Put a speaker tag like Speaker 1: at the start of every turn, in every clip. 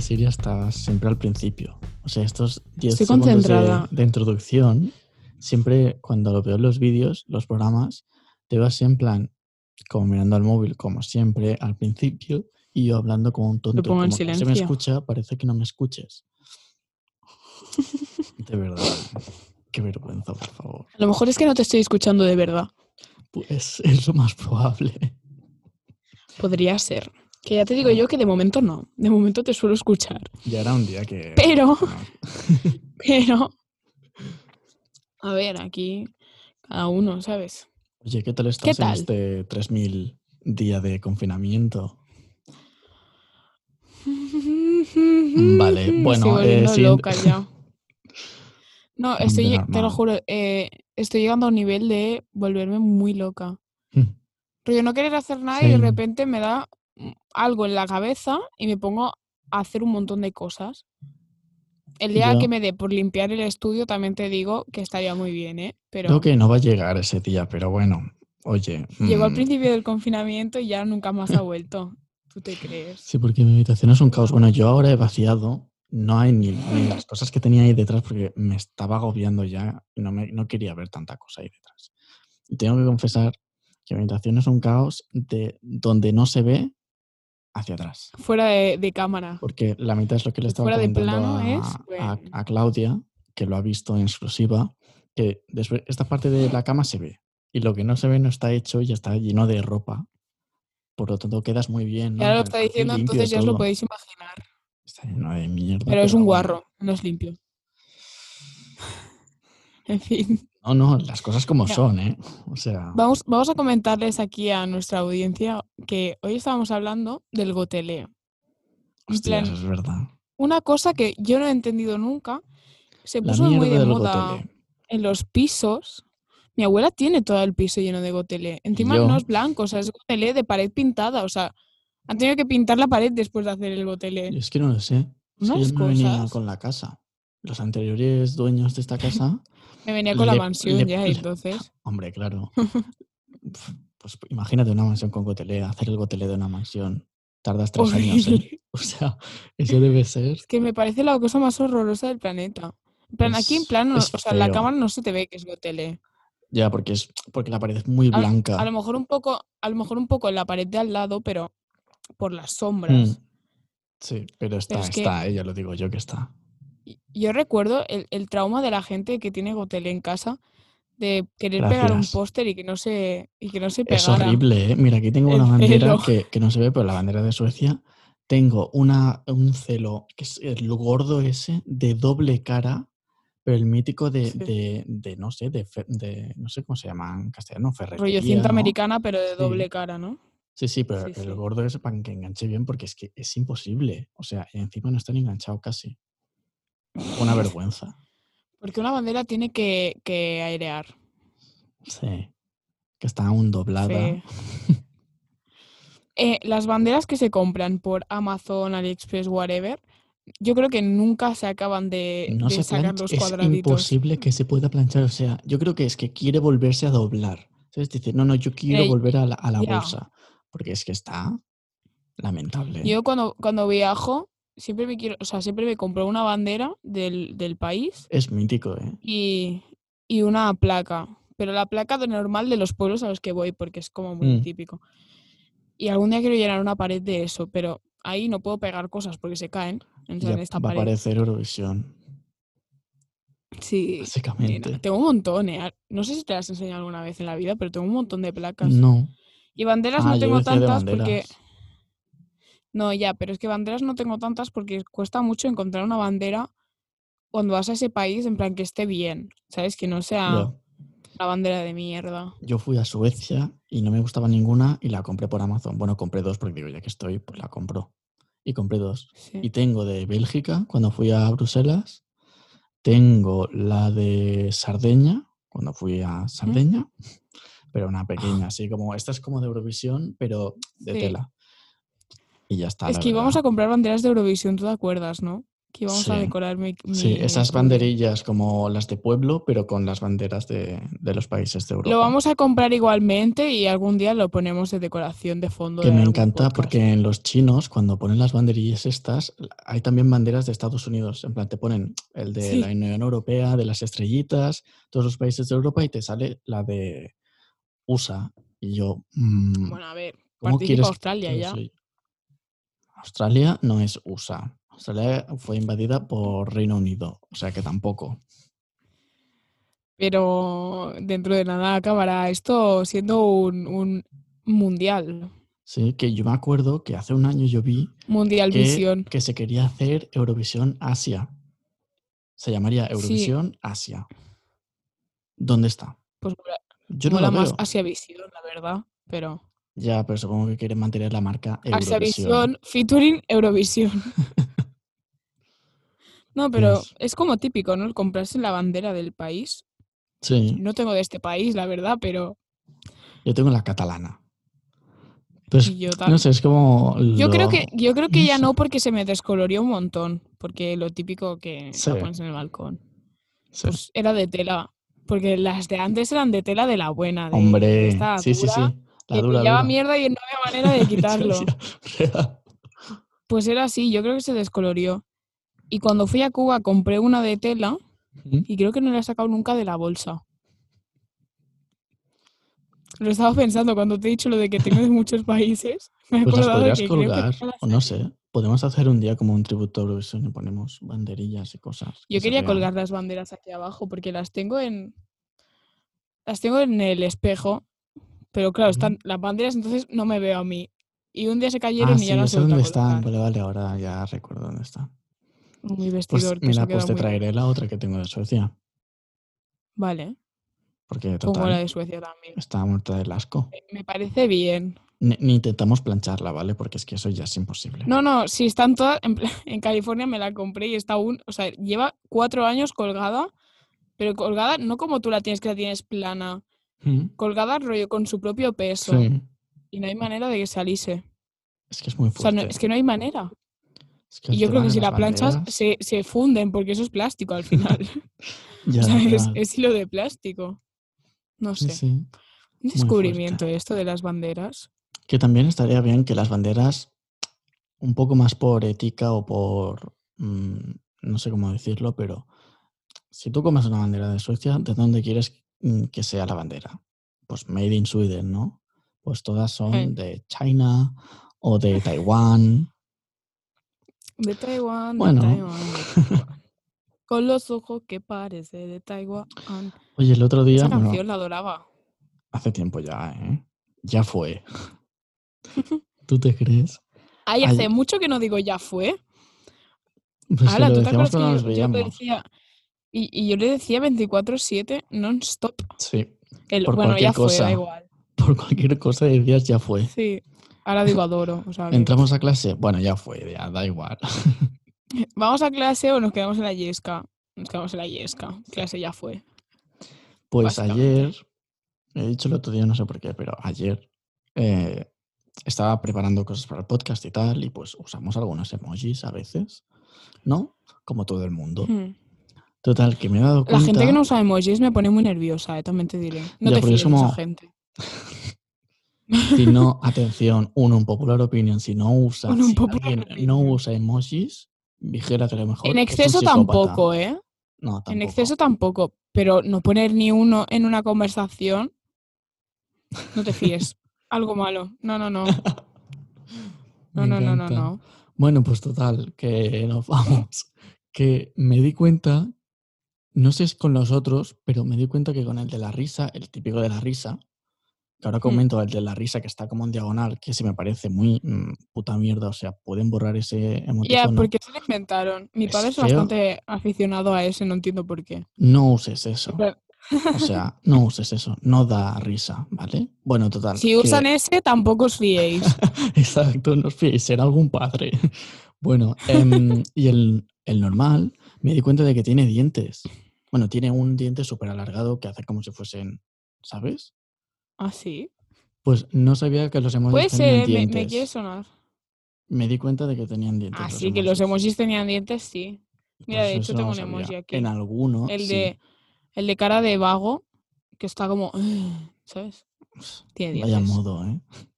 Speaker 1: Siria está siempre al principio. O sea, estos 10
Speaker 2: Estoy
Speaker 1: segundos de,
Speaker 2: concentrada.
Speaker 1: de introducción, siempre cuando lo veo en los vídeos, los programas, te vas en plan, como mirando al móvil, como siempre, al principio, y yo hablando como un tonto.
Speaker 2: pongo en
Speaker 1: como que no se me
Speaker 2: silencio.
Speaker 1: escucha, parece que no me escuches. De verdad. Qué vergüenza, por favor.
Speaker 2: A lo mejor es que no te estoy escuchando de verdad.
Speaker 1: Pues es lo más probable.
Speaker 2: Podría ser. Que ya te digo yo que de momento no. De momento te suelo escuchar.
Speaker 1: Ya era un día que...
Speaker 2: Pero-
Speaker 1: no,
Speaker 2: Pero. A ver, aquí. Cada uno, ¿sabes?
Speaker 1: Oye, ¿qué tal estás
Speaker 2: tal?
Speaker 1: en este 3000 día de confinamiento? Vale,
Speaker 2: Me
Speaker 1: bueno, eh,
Speaker 2: Estoy volviendo
Speaker 1: siguiente-
Speaker 2: loca ya. No, estoy,
Speaker 1: Hombre,
Speaker 2: lle- te lo
Speaker 1: normal.
Speaker 2: juro, eh, estoy llegando a un nivel de volverme muy loca.
Speaker 1: Hmm.
Speaker 2: Pero yo no querer hacer nada y de
Speaker 1: Sí.
Speaker 2: repente me da mm, algo en la cabeza y me pongo a hacer un montón de cosas. El día
Speaker 1: Ya.
Speaker 2: que me dé por limpiar el estudio también te digo que estaría muy bien, ¿eh? Pero
Speaker 1: Creo que no va a llegar ese día, pero bueno, oye.
Speaker 2: llegó al
Speaker 1: mm,
Speaker 2: principio del confinamiento y ya nunca más ha vuelto. ¿Tú te crees?
Speaker 1: Sí, porque mi habitación es un caos. Bueno, yo ahora he vaciado, no hay ni,
Speaker 2: Mm.
Speaker 1: ni las cosas que tenía ahí detrás porque me estaba agobiando ya y no, me, no quería ver tanta cosa ahí detrás. Y tengo que confesar que mi habitación es un caos de donde no se ve hacia atrás.
Speaker 2: Fuera de, de cámara.
Speaker 1: Porque la mitad es lo que le
Speaker 2: Y
Speaker 1: estaba
Speaker 2: Pues fuera de
Speaker 1: comentando
Speaker 2: plano
Speaker 1: a,
Speaker 2: es, pues.
Speaker 1: a-
Speaker 2: bueno.
Speaker 1: a Claudia, que lo ha visto en exclusiva, que después esta parte de la cama se ve. Y lo que no se ve no está hecho y ya está lleno de ropa. Por lo tanto, quedas muy bien.
Speaker 2: Y
Speaker 1: ¿no?
Speaker 2: ahora lo
Speaker 1: Pero
Speaker 2: está
Speaker 1: casi
Speaker 2: diciendo,
Speaker 1: limpio
Speaker 2: entonces ya os lo
Speaker 1: todo.
Speaker 2: podéis imaginar.
Speaker 1: Está lleno de mierda.
Speaker 2: Pero es un
Speaker 1: bueno.
Speaker 2: guarro, no es limpio. En fin,
Speaker 1: No, no, las cosas como
Speaker 2: Ya.
Speaker 1: son, ¿eh? O sea,
Speaker 2: vamos, vamos a comentarles aquí a nuestra audiencia que hoy estábamos hablando del goteleo. En
Speaker 1: hostias,
Speaker 2: plan,
Speaker 1: es verdad.
Speaker 2: una cosa que yo no he entendido nunca, se
Speaker 1: La
Speaker 2: puso muy
Speaker 1: mierda
Speaker 2: de
Speaker 1: del
Speaker 2: moda
Speaker 1: gotele.
Speaker 2: en los pisos. Mi abuela tiene todo el piso lleno de gotelé. Encima
Speaker 1: yo-
Speaker 2: no es blanco, o sea, es gotelé de pared pintada. O sea, han tenido que pintar la pared después de hacer el gotelé.
Speaker 1: Yo Es que no lo sé. Es que
Speaker 2: Unas
Speaker 1: yo no venía
Speaker 2: cosas.
Speaker 1: con la casa. Los anteriores dueños de esta casa
Speaker 2: Me venía con la
Speaker 1: Le-
Speaker 2: mansión
Speaker 1: le-
Speaker 2: ya,
Speaker 1: le-
Speaker 2: entonces.
Speaker 1: Hombre, claro. Pf, Pues imagínate una mansión con gotelé, hacer el gotelé de una mansión. Tardas tres años,
Speaker 2: horrible.
Speaker 1: ¿eh? O sea, eso debe ser.
Speaker 2: Es que me parece la cosa más horrorosa del planeta. En plan, aquí en
Speaker 1: Es-
Speaker 2: plan, no-
Speaker 1: Pues es
Speaker 2: o sea, en la
Speaker 1: feo.
Speaker 2: cámara no se te ve que es gotele.
Speaker 1: Ya, porque es porque la pared es muy
Speaker 2: A-
Speaker 1: blanca.
Speaker 2: A lo mejor un poco, a lo mejor un poco en la pared de al lado, pero por las
Speaker 1: Mm.
Speaker 2: sombras.
Speaker 1: Sí, pero está,
Speaker 2: es que-
Speaker 1: está, ¿eh? ya lo digo yo que está.
Speaker 2: Y- Yo recuerdo el, el trauma de la gente que tiene gotele en casa de querer pegar un
Speaker 1: Gracias.
Speaker 2: póster y que no se y que no se
Speaker 1: Es
Speaker 2: pegara.
Speaker 1: horrible, ¿eh? Mira, aquí tengo una
Speaker 2: El
Speaker 1: bandera
Speaker 2: celo.
Speaker 1: que, que no se ve, pero la bandera de Suecia. Tengo una, un celo, que es el gordo ese, de doble cara, pero el mítico de,
Speaker 2: Sí.
Speaker 1: de, de, no sé, de, fe- de- no sé cómo se llama en castellano, ferretería,
Speaker 2: Rollo cinta
Speaker 1: ¿no?
Speaker 2: americana, pero de
Speaker 1: Sí.
Speaker 2: doble cara, ¿no?
Speaker 1: Sí, sí, pero
Speaker 2: Sí,
Speaker 1: el
Speaker 2: sí.
Speaker 1: gordo ese para que enganche bien, porque es que es imposible. O sea, y encima no está ni enganchado casi. Una vergüenza.
Speaker 2: Porque una bandera tiene que, que airear.
Speaker 1: Sí. Que está aún doblada.
Speaker 2: Sí. Eh, las banderas que se compran por Amazon, AliExpress, whatever, yo creo que nunca se acaban de,
Speaker 1: No
Speaker 2: de
Speaker 1: se
Speaker 2: sacar
Speaker 1: plancha,
Speaker 2: los
Speaker 1: es
Speaker 2: cuadraditos.
Speaker 1: imposible que se pueda planchar. O sea, yo creo que es que quiere volverse a doblar. ¿Sabes? Dice, no, no, yo quiero
Speaker 2: Ey,
Speaker 1: volver a la, a la
Speaker 2: ya.
Speaker 1: bolsa. Porque es que está lamentable.
Speaker 2: Yo cuando, cuando viajo, siempre me quiero, o sea, siempre me compro una bandera del, del país
Speaker 1: Es mítico, ¿eh?
Speaker 2: y, y una placa. Pero la placa de normal de los pueblos a los que voy, porque es como muy
Speaker 1: Mm.
Speaker 2: típico. Y algún día quiero llenar una pared de eso, pero ahí no puedo pegar cosas porque se caen. O sea,
Speaker 1: Ya
Speaker 2: en esta
Speaker 1: va a
Speaker 2: pared.
Speaker 1: aparecer Eurovisión,
Speaker 2: Sí, Nena,
Speaker 1: básicamente.
Speaker 2: tengo un montón, eh. No sé si te las he enseñado alguna vez en la vida, pero tengo un montón de placas.
Speaker 1: No.
Speaker 2: Y banderas
Speaker 1: Ah,
Speaker 2: no
Speaker 1: yo
Speaker 2: tengo
Speaker 1: decía de
Speaker 2: tantas porque.
Speaker 1: banderas.
Speaker 2: No, ya, pero es que banderas no tengo tantas porque cuesta mucho encontrar una bandera cuando vas a ese país en plan que esté bien, ¿sabes? Que no sea
Speaker 1: Ya.
Speaker 2: una bandera de mierda.
Speaker 1: Yo fui a Suecia y no me gustaba ninguna y la compré por Amazon. Bueno, compré dos porque digo, ya que estoy, pues la compro. Y compré dos.
Speaker 2: Sí.
Speaker 1: Y tengo de Bélgica, cuando fui a Bruselas. Tengo la de Sardeña, cuando fui a Sardeña. Pero una pequeña, así como, esta es como de Eurovisión, pero de
Speaker 2: Ah. Sí.
Speaker 1: tela. Y ya está.
Speaker 2: Es
Speaker 1: la
Speaker 2: que íbamos a
Speaker 1: verdad.
Speaker 2: comprar banderas de Eurovisión, ¿tú te acuerdas, no? que íbamos
Speaker 1: Sí.
Speaker 2: a decorar mi, mi-
Speaker 1: Sí, esas
Speaker 2: mi-
Speaker 1: banderillas como las de pueblo, pero con las banderas de, de los países de Europa.
Speaker 2: Lo vamos a comprar igualmente y algún día lo ponemos de decoración de fondo.
Speaker 1: Que
Speaker 2: de
Speaker 1: me
Speaker 2: algún
Speaker 1: encanta
Speaker 2: podcast.
Speaker 1: porque en los chinos, cuando ponen las banderillas estas, hay también banderas de Estados Unidos. En plan, te ponen el de
Speaker 2: Sí.
Speaker 1: la Unión Europea, de las estrellitas, todos los países de Europa y te sale la de USA. Y yo, mm,
Speaker 2: Bueno, a ver,
Speaker 1: ¿cómo
Speaker 2: participa
Speaker 1: quieres
Speaker 2: Australia
Speaker 1: que
Speaker 2: ya.
Speaker 1: soy? Australia no es USA. Australia fue invadida por Reino Unido, o sea que tampoco.
Speaker 2: Pero dentro de nada acabará esto siendo un, un mundial.
Speaker 1: Sí, que yo me acuerdo que hace un año yo vi
Speaker 2: Mundial
Speaker 1: que,
Speaker 2: visión.
Speaker 1: que se quería hacer Eurovisión Asia. Se llamaría Eurovisión Asia. ¿Dónde está?
Speaker 2: Pues mola,
Speaker 1: Yo no
Speaker 2: mola
Speaker 1: lo
Speaker 2: más
Speaker 1: veo.
Speaker 2: Asia Visión, la verdad. Pero
Speaker 1: Ya, pero supongo que quieren mantener la marca
Speaker 2: Asia
Speaker 1: Eurovisión.
Speaker 2: Visión featuring Eurovisión. No, pero
Speaker 1: Yes.
Speaker 2: es como típico, ¿no? El comprarse la bandera del país.
Speaker 1: Sí,
Speaker 2: No tengo de este país, la verdad, pero
Speaker 1: yo tengo la catalana. Pues,
Speaker 2: yo también.
Speaker 1: no sé, es como...
Speaker 2: Yo creo
Speaker 1: lo-
Speaker 2: que, yo creo
Speaker 1: no
Speaker 2: que ya
Speaker 1: sé.
Speaker 2: no porque se me descolorió un montón, porque lo típico que
Speaker 1: Sí.
Speaker 2: la pones en el balcón.
Speaker 1: sí.
Speaker 2: Pues era de tela, porque las de antes eran de tela de la buena, de
Speaker 1: Hombre,
Speaker 2: esta
Speaker 1: sí, sí, sí.
Speaker 2: eh,
Speaker 1: La
Speaker 2: dura, que
Speaker 1: dura,
Speaker 2: pillaba
Speaker 1: dura.
Speaker 2: mierda y no había manera de quitarlo. pues era así, yo creo que se descolorió. Y cuando fui a Cuba compré una de tela
Speaker 1: Mm,
Speaker 2: y creo que no la he sacado nunca de la bolsa. Lo estaba pensando cuando te he dicho lo de que tengo de muchos países. Me he
Speaker 1: Pues las
Speaker 2: acordado
Speaker 1: podrías
Speaker 2: que creo que
Speaker 1: colgar,
Speaker 2: tengo las-
Speaker 1: o no sé. Podemos hacer un día como un tributo a Eurovisión y ponemos banderillas y cosas. que
Speaker 2: Yo
Speaker 1: se
Speaker 2: quería
Speaker 1: vean.
Speaker 2: colgar las banderas aquí abajo porque las tengo en las tengo en el espejo, pero claro,
Speaker 1: Ujú.
Speaker 2: están las banderas, entonces no me veo a mí. Y un día se cayeron
Speaker 1: Ah,
Speaker 2: y ya
Speaker 1: sí,
Speaker 2: las
Speaker 1: sé
Speaker 2: volví a
Speaker 1: dónde están.
Speaker 2: colocar.
Speaker 1: Vale, vale, ahora ya recuerdo dónde están.
Speaker 2: Mi
Speaker 1: Pues
Speaker 2: vestidor que se
Speaker 1: mira,
Speaker 2: ha
Speaker 1: pues
Speaker 2: quedado
Speaker 1: te
Speaker 2: muy
Speaker 1: traeré la otra que tengo de Suecia,
Speaker 2: Vale,
Speaker 1: porque
Speaker 2: pongo la
Speaker 1: total,
Speaker 2: de Suecia también.
Speaker 1: está muerta del asco.
Speaker 2: Eh, Me parece bien.
Speaker 1: Ni, ni intentamos plancharla, ¿vale? Porque es que eso ya es imposible.
Speaker 2: No, no, si están todas en, pla- en California me la compré y está aún, o sea, lleva cuatro años colgada, pero colgada no como tú la tienes que la tienes plana,
Speaker 1: Mm,
Speaker 2: colgada rollo con su propio peso
Speaker 1: Sí,
Speaker 2: y no hay manera de que se alise.
Speaker 1: es que es muy
Speaker 2: O sea,
Speaker 1: fuerte.
Speaker 2: no- es que no hay manera.
Speaker 1: Es que el
Speaker 2: Y yo creo
Speaker 1: tema
Speaker 2: que
Speaker 1: de
Speaker 2: si
Speaker 1: las
Speaker 2: la planchas
Speaker 1: banderas-
Speaker 2: se, se funden porque eso es plástico al final.
Speaker 1: Ya,
Speaker 2: o sea, es,
Speaker 1: ya,
Speaker 2: es hilo de plástico. No
Speaker 1: sí,
Speaker 2: sé.
Speaker 1: sí.
Speaker 2: Un
Speaker 1: fuerte.
Speaker 2: descubrimiento esto de las banderas.
Speaker 1: Que también estaría bien que las banderas, un poco más por ética o por, mm, no sé cómo decirlo, pero si tú comes una bandera de Suecia, ¿de dónde quieres mm, que sea la bandera? Pues made in Sweden, ¿no? Pues todas son de China o de Taiwán.
Speaker 2: De Taiwán, de
Speaker 1: Bueno.
Speaker 2: Taiwán, de Taiwán. Con los ojos que parece de Taiwán.
Speaker 1: Oye, el otro día,
Speaker 2: Esa
Speaker 1: bueno,
Speaker 2: canción la adoraba.
Speaker 1: hace tiempo ya, ¿eh? Ya fue. ¿Tú te crees?
Speaker 2: Ay,
Speaker 1: Ay.
Speaker 2: hace mucho que no digo ya fue.
Speaker 1: Pues que
Speaker 2: Ala,
Speaker 1: lo
Speaker 2: ¿tú te
Speaker 1: decíamos
Speaker 2: acuerdas que
Speaker 1: cuando nos
Speaker 2: yo, yo te
Speaker 1: veíamos.
Speaker 2: decía... Y, y yo le decía 24-7 non-stop.
Speaker 1: Sí,
Speaker 2: El,
Speaker 1: Por
Speaker 2: bueno,
Speaker 1: cualquier
Speaker 2: ya fue,
Speaker 1: cosa.
Speaker 2: da igual.
Speaker 1: por cualquier cosa decías ya fue.
Speaker 2: Sí. Ahora digo adoro. O sea, que-
Speaker 1: Entramos a clase, bueno, ya fue, ya da igual.
Speaker 2: ¿Vamos a clase o nos quedamos en la yesca? Nos quedamos en la yesca. Clase ya fue.
Speaker 1: Pues
Speaker 2: Básicamente.
Speaker 1: ayer, he dicho el otro día, no sé por qué, pero ayer eh, estaba preparando cosas para el podcast y tal, y pues usamos algunos emojis a veces, ¿no? Como todo el mundo.
Speaker 2: Hmm.
Speaker 1: Total, que me he dado
Speaker 2: La
Speaker 1: cuenta.
Speaker 2: gente que no usa emojis me pone muy nerviosa, eh, también te diré. No
Speaker 1: Ya,
Speaker 2: te
Speaker 1: porque es
Speaker 2: fíes de esa
Speaker 1: como-
Speaker 2: gente.
Speaker 1: Si no, atención, uno, un popular opinion, si no usa,
Speaker 2: Un
Speaker 1: si
Speaker 2: unpopular
Speaker 1: alguien no
Speaker 2: opinion.
Speaker 1: usa emojis, dijera que a lo mejor. es
Speaker 2: En
Speaker 1: un
Speaker 2: exceso
Speaker 1: psicópata.
Speaker 2: tampoco, ¿eh?
Speaker 1: No, tampoco.
Speaker 2: En exceso tampoco. Pero no poner ni uno en una conversación, no te fíes. Algo malo. No, no, no. No,
Speaker 1: Me
Speaker 2: no, no, no,
Speaker 1: encanta.
Speaker 2: no.
Speaker 1: Bueno, pues total, que nos vamos. Que me di cuenta, no sé si con los otros, pero me di cuenta que con el de la risa, el típico de la risa, que
Speaker 2: Hmm.
Speaker 1: ahora comento el de la risa que está como en diagonal, que se me parece muy mm, puta mierda, o sea, pueden borrar ese
Speaker 2: Ya,
Speaker 1: emoticono.
Speaker 2: porque se lo inventaron. Mi
Speaker 1: Es
Speaker 2: padre es
Speaker 1: feo.
Speaker 2: bastante aficionado a ese, no entiendo por qué.
Speaker 1: No uses eso.
Speaker 2: En plan,
Speaker 1: O sea, no uses eso. No da risa, ¿vale? Bueno, total.
Speaker 2: Si
Speaker 1: que-
Speaker 2: usan ese, tampoco os fiéis.
Speaker 1: Exacto, no os fiéis, será algún padre. Bueno, em, y el, el normal, me di cuenta de que tiene dientes. Bueno, tiene un diente súper alargado que hace como si fuesen, ¿sabes?
Speaker 2: ¿Así?
Speaker 1: Pues no sabía que los emojis
Speaker 2: Ah, Puede
Speaker 1: tenían
Speaker 2: ser, me,
Speaker 1: dientes.
Speaker 2: me quiere sonar. Ah,
Speaker 1: Me di cuenta de que tenían dientes.
Speaker 2: Así que los emojis tenían dientes, sí. Mira,
Speaker 1: Pues
Speaker 2: de hecho
Speaker 1: eso
Speaker 2: tengo un
Speaker 1: sabía.
Speaker 2: emoji aquí.
Speaker 1: En alguno.
Speaker 2: El
Speaker 1: Oh, sí.
Speaker 2: de, el de cara de vago, que está como, ¿sabes? Tiene
Speaker 1: Vaya
Speaker 2: dientes.
Speaker 1: modo, ¿eh?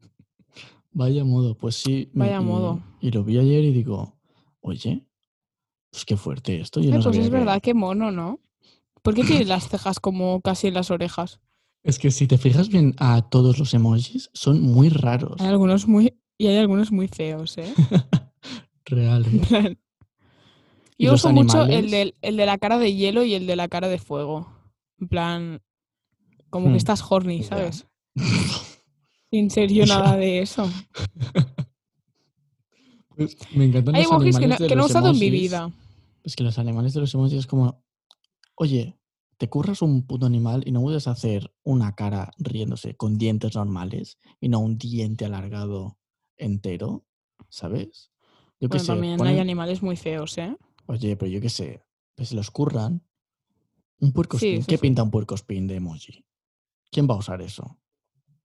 Speaker 1: Vaya modo, pues sí. me-
Speaker 2: Vaya
Speaker 1: y-
Speaker 2: modo.
Speaker 1: Y lo vi ayer y digo, oye, pues qué fuerte esto. Yo
Speaker 2: Ay,
Speaker 1: no
Speaker 2: pues
Speaker 1: sabía
Speaker 2: es
Speaker 1: que-
Speaker 2: verdad, qué mono, ¿no? ¿Por qué tienes las cejas como casi en las orejas?
Speaker 1: Es que si te fijas bien a todos los emojis, son muy raros.
Speaker 2: Hay algunos muy, y hay algunos muy feos, ¿eh? En
Speaker 1: Reales.
Speaker 2: plan,
Speaker 1: ¿Y
Speaker 2: Yo
Speaker 1: los
Speaker 2: uso mucho el
Speaker 1: animales?
Speaker 2: del- el de la cara de hielo y el de la cara de fuego. En plan, como
Speaker 1: Hmm,
Speaker 2: que estás horny,
Speaker 1: ya.
Speaker 2: ¿sabes? En serio,
Speaker 1: Ya.
Speaker 2: nada de eso.
Speaker 1: Pues me encantan
Speaker 2: Hay
Speaker 1: los
Speaker 2: emojis
Speaker 1: animales
Speaker 2: que no,
Speaker 1: de
Speaker 2: que no he
Speaker 1: los
Speaker 2: usado en mi
Speaker 1: emojis.
Speaker 2: vida.
Speaker 1: Es que los animales de los emojis es como, oye, te curras un puto animal y no puedes hacer una cara riéndose con dientes normales y no un diente alargado entero, ¿sabes? Yo qué
Speaker 2: Bueno,
Speaker 1: sé,
Speaker 2: también hay
Speaker 1: ponen-
Speaker 2: animales muy feos, ¿eh?
Speaker 1: oye, pero yo qué sé, pues se los curran. Un puercospín,
Speaker 2: eso
Speaker 1: ¿qué
Speaker 2: sí.
Speaker 1: pinta un puercospín de emoji? ¿Quién va a usar eso?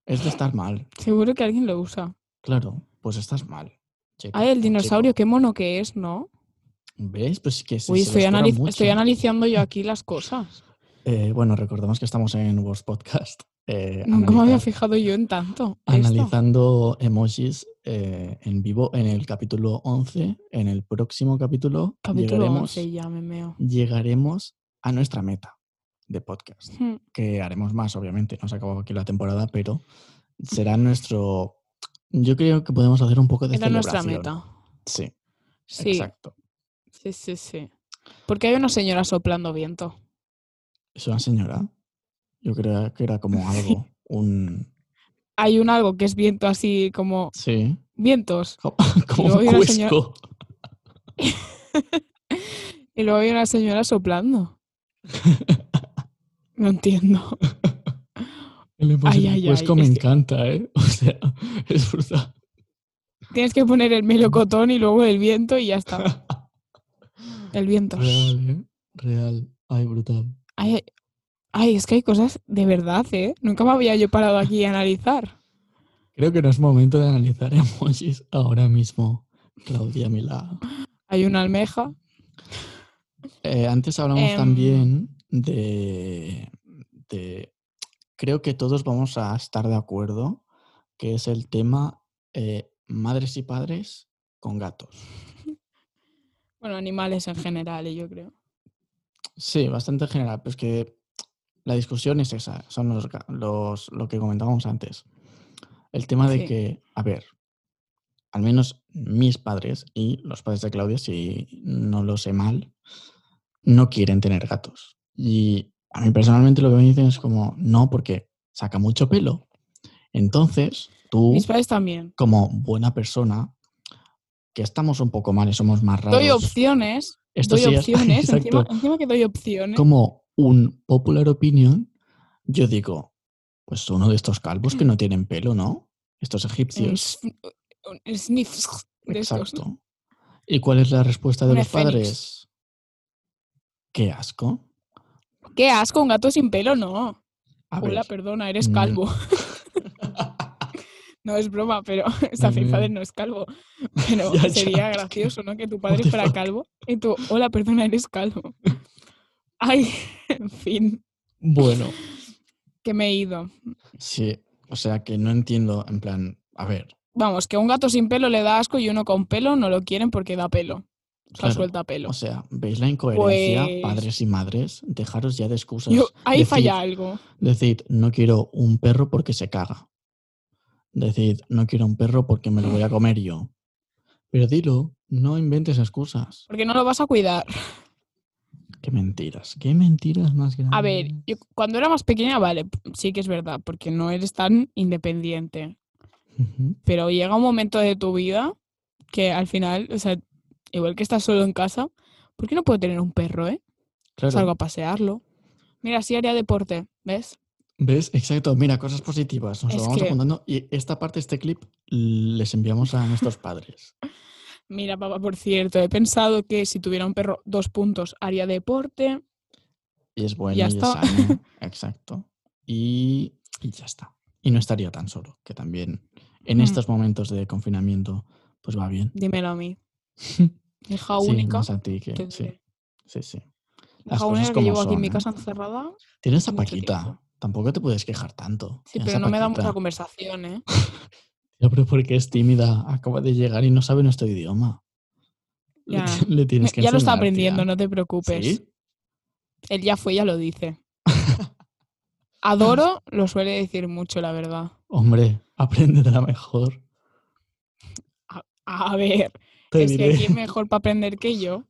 Speaker 1: Es de estar mal,
Speaker 2: Seguro que alguien lo usa.
Speaker 1: claro, pues estás mal. chica
Speaker 2: Ay, el
Speaker 1: o
Speaker 2: dinosaurio,
Speaker 1: chico.
Speaker 2: qué mono que es, ¿no?
Speaker 1: ¿Ves? Pues que se,
Speaker 2: Uy,
Speaker 1: se
Speaker 2: estoy,
Speaker 1: les cura
Speaker 2: analiz-
Speaker 1: mucho.
Speaker 2: estoy analizando yo aquí las cosas.
Speaker 1: Eh, bueno, recordamos que estamos en Words Podcast. eh,
Speaker 2: Nunca me había
Speaker 1: analiza-
Speaker 2: fijado yo en tanto. Esto.
Speaker 1: analizando emojis eh, en vivo en el capítulo 11. En el próximo capítulo
Speaker 2: Capítulo
Speaker 1: llegaremos,
Speaker 2: 11 ya me meo.
Speaker 1: llegaremos a nuestra meta de podcast,
Speaker 2: Hmm.
Speaker 1: que haremos más, obviamente. No se ha acabado aquí la temporada, pero será nuestro... Yo creo que podemos hacer un poco de
Speaker 2: Era nuestra
Speaker 1: celebración.
Speaker 2: meta.
Speaker 1: Sí,
Speaker 2: Sí,
Speaker 1: exacto.
Speaker 2: sí, sí, sí. Porque hay una señora soplando viento.
Speaker 1: Es una señora. Yo creo que era como
Speaker 2: Sí.
Speaker 1: algo, un...
Speaker 2: Hay un algo que es viento así como
Speaker 1: Sí,
Speaker 2: vientos.
Speaker 1: como,
Speaker 2: Y
Speaker 1: como
Speaker 2: luego
Speaker 1: un
Speaker 2: hay una señora-
Speaker 1: cuesco.
Speaker 2: Y luego hay una señora soplando. No entiendo.
Speaker 1: El emoji
Speaker 2: Ay,
Speaker 1: del
Speaker 2: ay, ay,
Speaker 1: cuesco
Speaker 2: es
Speaker 1: me
Speaker 2: que-
Speaker 1: encanta, ¿eh? O sea, es brutal.
Speaker 2: Tienes que poner el melocotón y luego el viento y ya está. El viento.
Speaker 1: Real, ¿eh? Real. Ay, brutal.
Speaker 2: Ay, ay, es que hay cosas de verdad, ¿eh? Nunca me había yo parado aquí a analizar.
Speaker 1: Creo que no es momento de analizar emojis ahora mismo, Claudia Milá.
Speaker 2: Hay una almeja.
Speaker 1: Eh, antes hablamos
Speaker 2: Em.
Speaker 1: también de, de- Creo que todos vamos a estar de acuerdo, que es el tema eh, madres y padres con gatos.
Speaker 2: Bueno, animales en general, eh, yo creo.
Speaker 1: Sí, bastante general, pero es que la discusión es esa, son los, ga- los- lo que comentábamos antes. El tema de
Speaker 2: Sí.
Speaker 1: que, a ver, al menos mis padres y los padres de Claudia, si no lo sé mal, no quieren tener gatos. Y a mí personalmente lo que me dicen es como, no, porque saca mucho pelo. Entonces, tú,
Speaker 2: Mis padres también.
Speaker 1: como buena persona, que estamos un poco mal y somos más raros.
Speaker 2: Doy opciones.
Speaker 1: esto
Speaker 2: doy
Speaker 1: sí es-
Speaker 2: opciones.
Speaker 1: exacto
Speaker 2: Encima, encima que doy opciones.
Speaker 1: como un popular opinion, yo digo, pues uno de estos calvos que no tienen pelo, ¿no? Estos
Speaker 2: Un,
Speaker 1: egipcios.
Speaker 2: sn- un sniff de estos.
Speaker 1: Exacto. ¿Y cuál es la respuesta de
Speaker 2: Una
Speaker 1: los
Speaker 2: fénix.
Speaker 1: padres? Qué asco.
Speaker 2: Qué asco, un gato sin pelo, no.
Speaker 1: A
Speaker 2: Hola,
Speaker 1: ver,
Speaker 2: perdona, eres
Speaker 1: mm.
Speaker 2: calvo. no es broma, pero o sea,
Speaker 1: Me
Speaker 2: mi padre
Speaker 1: meo.
Speaker 2: no es calvo. Pero
Speaker 1: Mm. Ya, ya,
Speaker 2: sería
Speaker 1: es que-
Speaker 2: gracioso, ¿no? Que tu
Speaker 1: what
Speaker 2: padre
Speaker 1: the
Speaker 2: fuera
Speaker 1: fuck.
Speaker 2: calvo y tú, hola, perdona, eres calvo. Ay, en fin,
Speaker 1: Bueno,
Speaker 2: que me he ido.
Speaker 1: sí. O sea que no entiendo, en plan, a ver,
Speaker 2: Vamos, que a un gato sin pelo le da asco y uno con pelo no lo quieren porque da pelo. O sea,
Speaker 1: Claro.
Speaker 2: suelta pelo.
Speaker 1: o sea, ¿veis la incoherencia,
Speaker 2: Pues-
Speaker 1: padres y madres? Dejaros ya de excusas.
Speaker 2: Yo- ahí
Speaker 1: Decid,
Speaker 2: falla algo.
Speaker 1: Decid, no quiero un perro porque se caga. Decid, no quiero un perro porque me lo voy a comer yo. Pero dilo, no inventes excusas.
Speaker 2: Porque no lo vas a cuidar.
Speaker 1: Qué mentiras, qué mentiras más grandes.
Speaker 2: A ver, yo cuando era más pequeña, vale, p- sí que es verdad, porque no eres tan independiente.
Speaker 1: Ujú,
Speaker 2: Pero llega un momento de tu vida que al final, o sea, igual que estás solo en casa, ¿por qué no puedo tener un perro, eh?
Speaker 1: Claro.
Speaker 2: Salgo a pasearlo. Mira, sí haría deporte, ¿ves?
Speaker 1: ¿Ves? Exacto. Mira, cosas positivas. Nos lo
Speaker 2: Es
Speaker 1: vamos
Speaker 2: que-
Speaker 1: apuntando. Y esta parte, este clip, les enviamos a nuestros padres.
Speaker 2: Mira, papá, por cierto, he pensado que si tuviera un perro, dos puntos, haría deporte.
Speaker 1: Y es bueno
Speaker 2: Ya
Speaker 1: y es
Speaker 2: está.
Speaker 1: sano. Exacto. Y, y ya está. Y no estaría tan solo, que también en
Speaker 2: Mm.
Speaker 1: estos momentos de confinamiento, pues va bien.
Speaker 2: Dímelo a mí. Hija
Speaker 1: Sí,
Speaker 2: única.
Speaker 1: más a ti que.
Speaker 2: te
Speaker 1: Sí.
Speaker 2: diré.
Speaker 1: Sí, sí.
Speaker 2: La jaulera que llevo aquí en mi
Speaker 1: ¿eh?
Speaker 2: casa encerrada.
Speaker 1: Tienes a
Speaker 2: Mucho
Speaker 1: Paquita.
Speaker 2: tiempo.
Speaker 1: Tampoco te puedes quejar tanto.
Speaker 2: Sí,
Speaker 1: Tienes
Speaker 2: pero
Speaker 1: a
Speaker 2: no me da
Speaker 1: Paquita.
Speaker 2: mucha conversación, ¿eh?
Speaker 1: Ya, pero porque es tímida. Acaba de llegar y no sabe nuestro idioma. Le-
Speaker 2: Ya.
Speaker 1: Le, tienes que
Speaker 2: ya lo está
Speaker 1: enseñar, tía.
Speaker 2: aprendiendo, no te preocupes.
Speaker 1: ¿Sí?
Speaker 2: Él ya fue, ya lo dice. Adoro lo suele decir mucho, la verdad.
Speaker 1: Hombre, aprende de la mejor.
Speaker 2: A ver,
Speaker 1: Te
Speaker 2: es
Speaker 1: diré.
Speaker 2: que quién mejor para aprender que yo.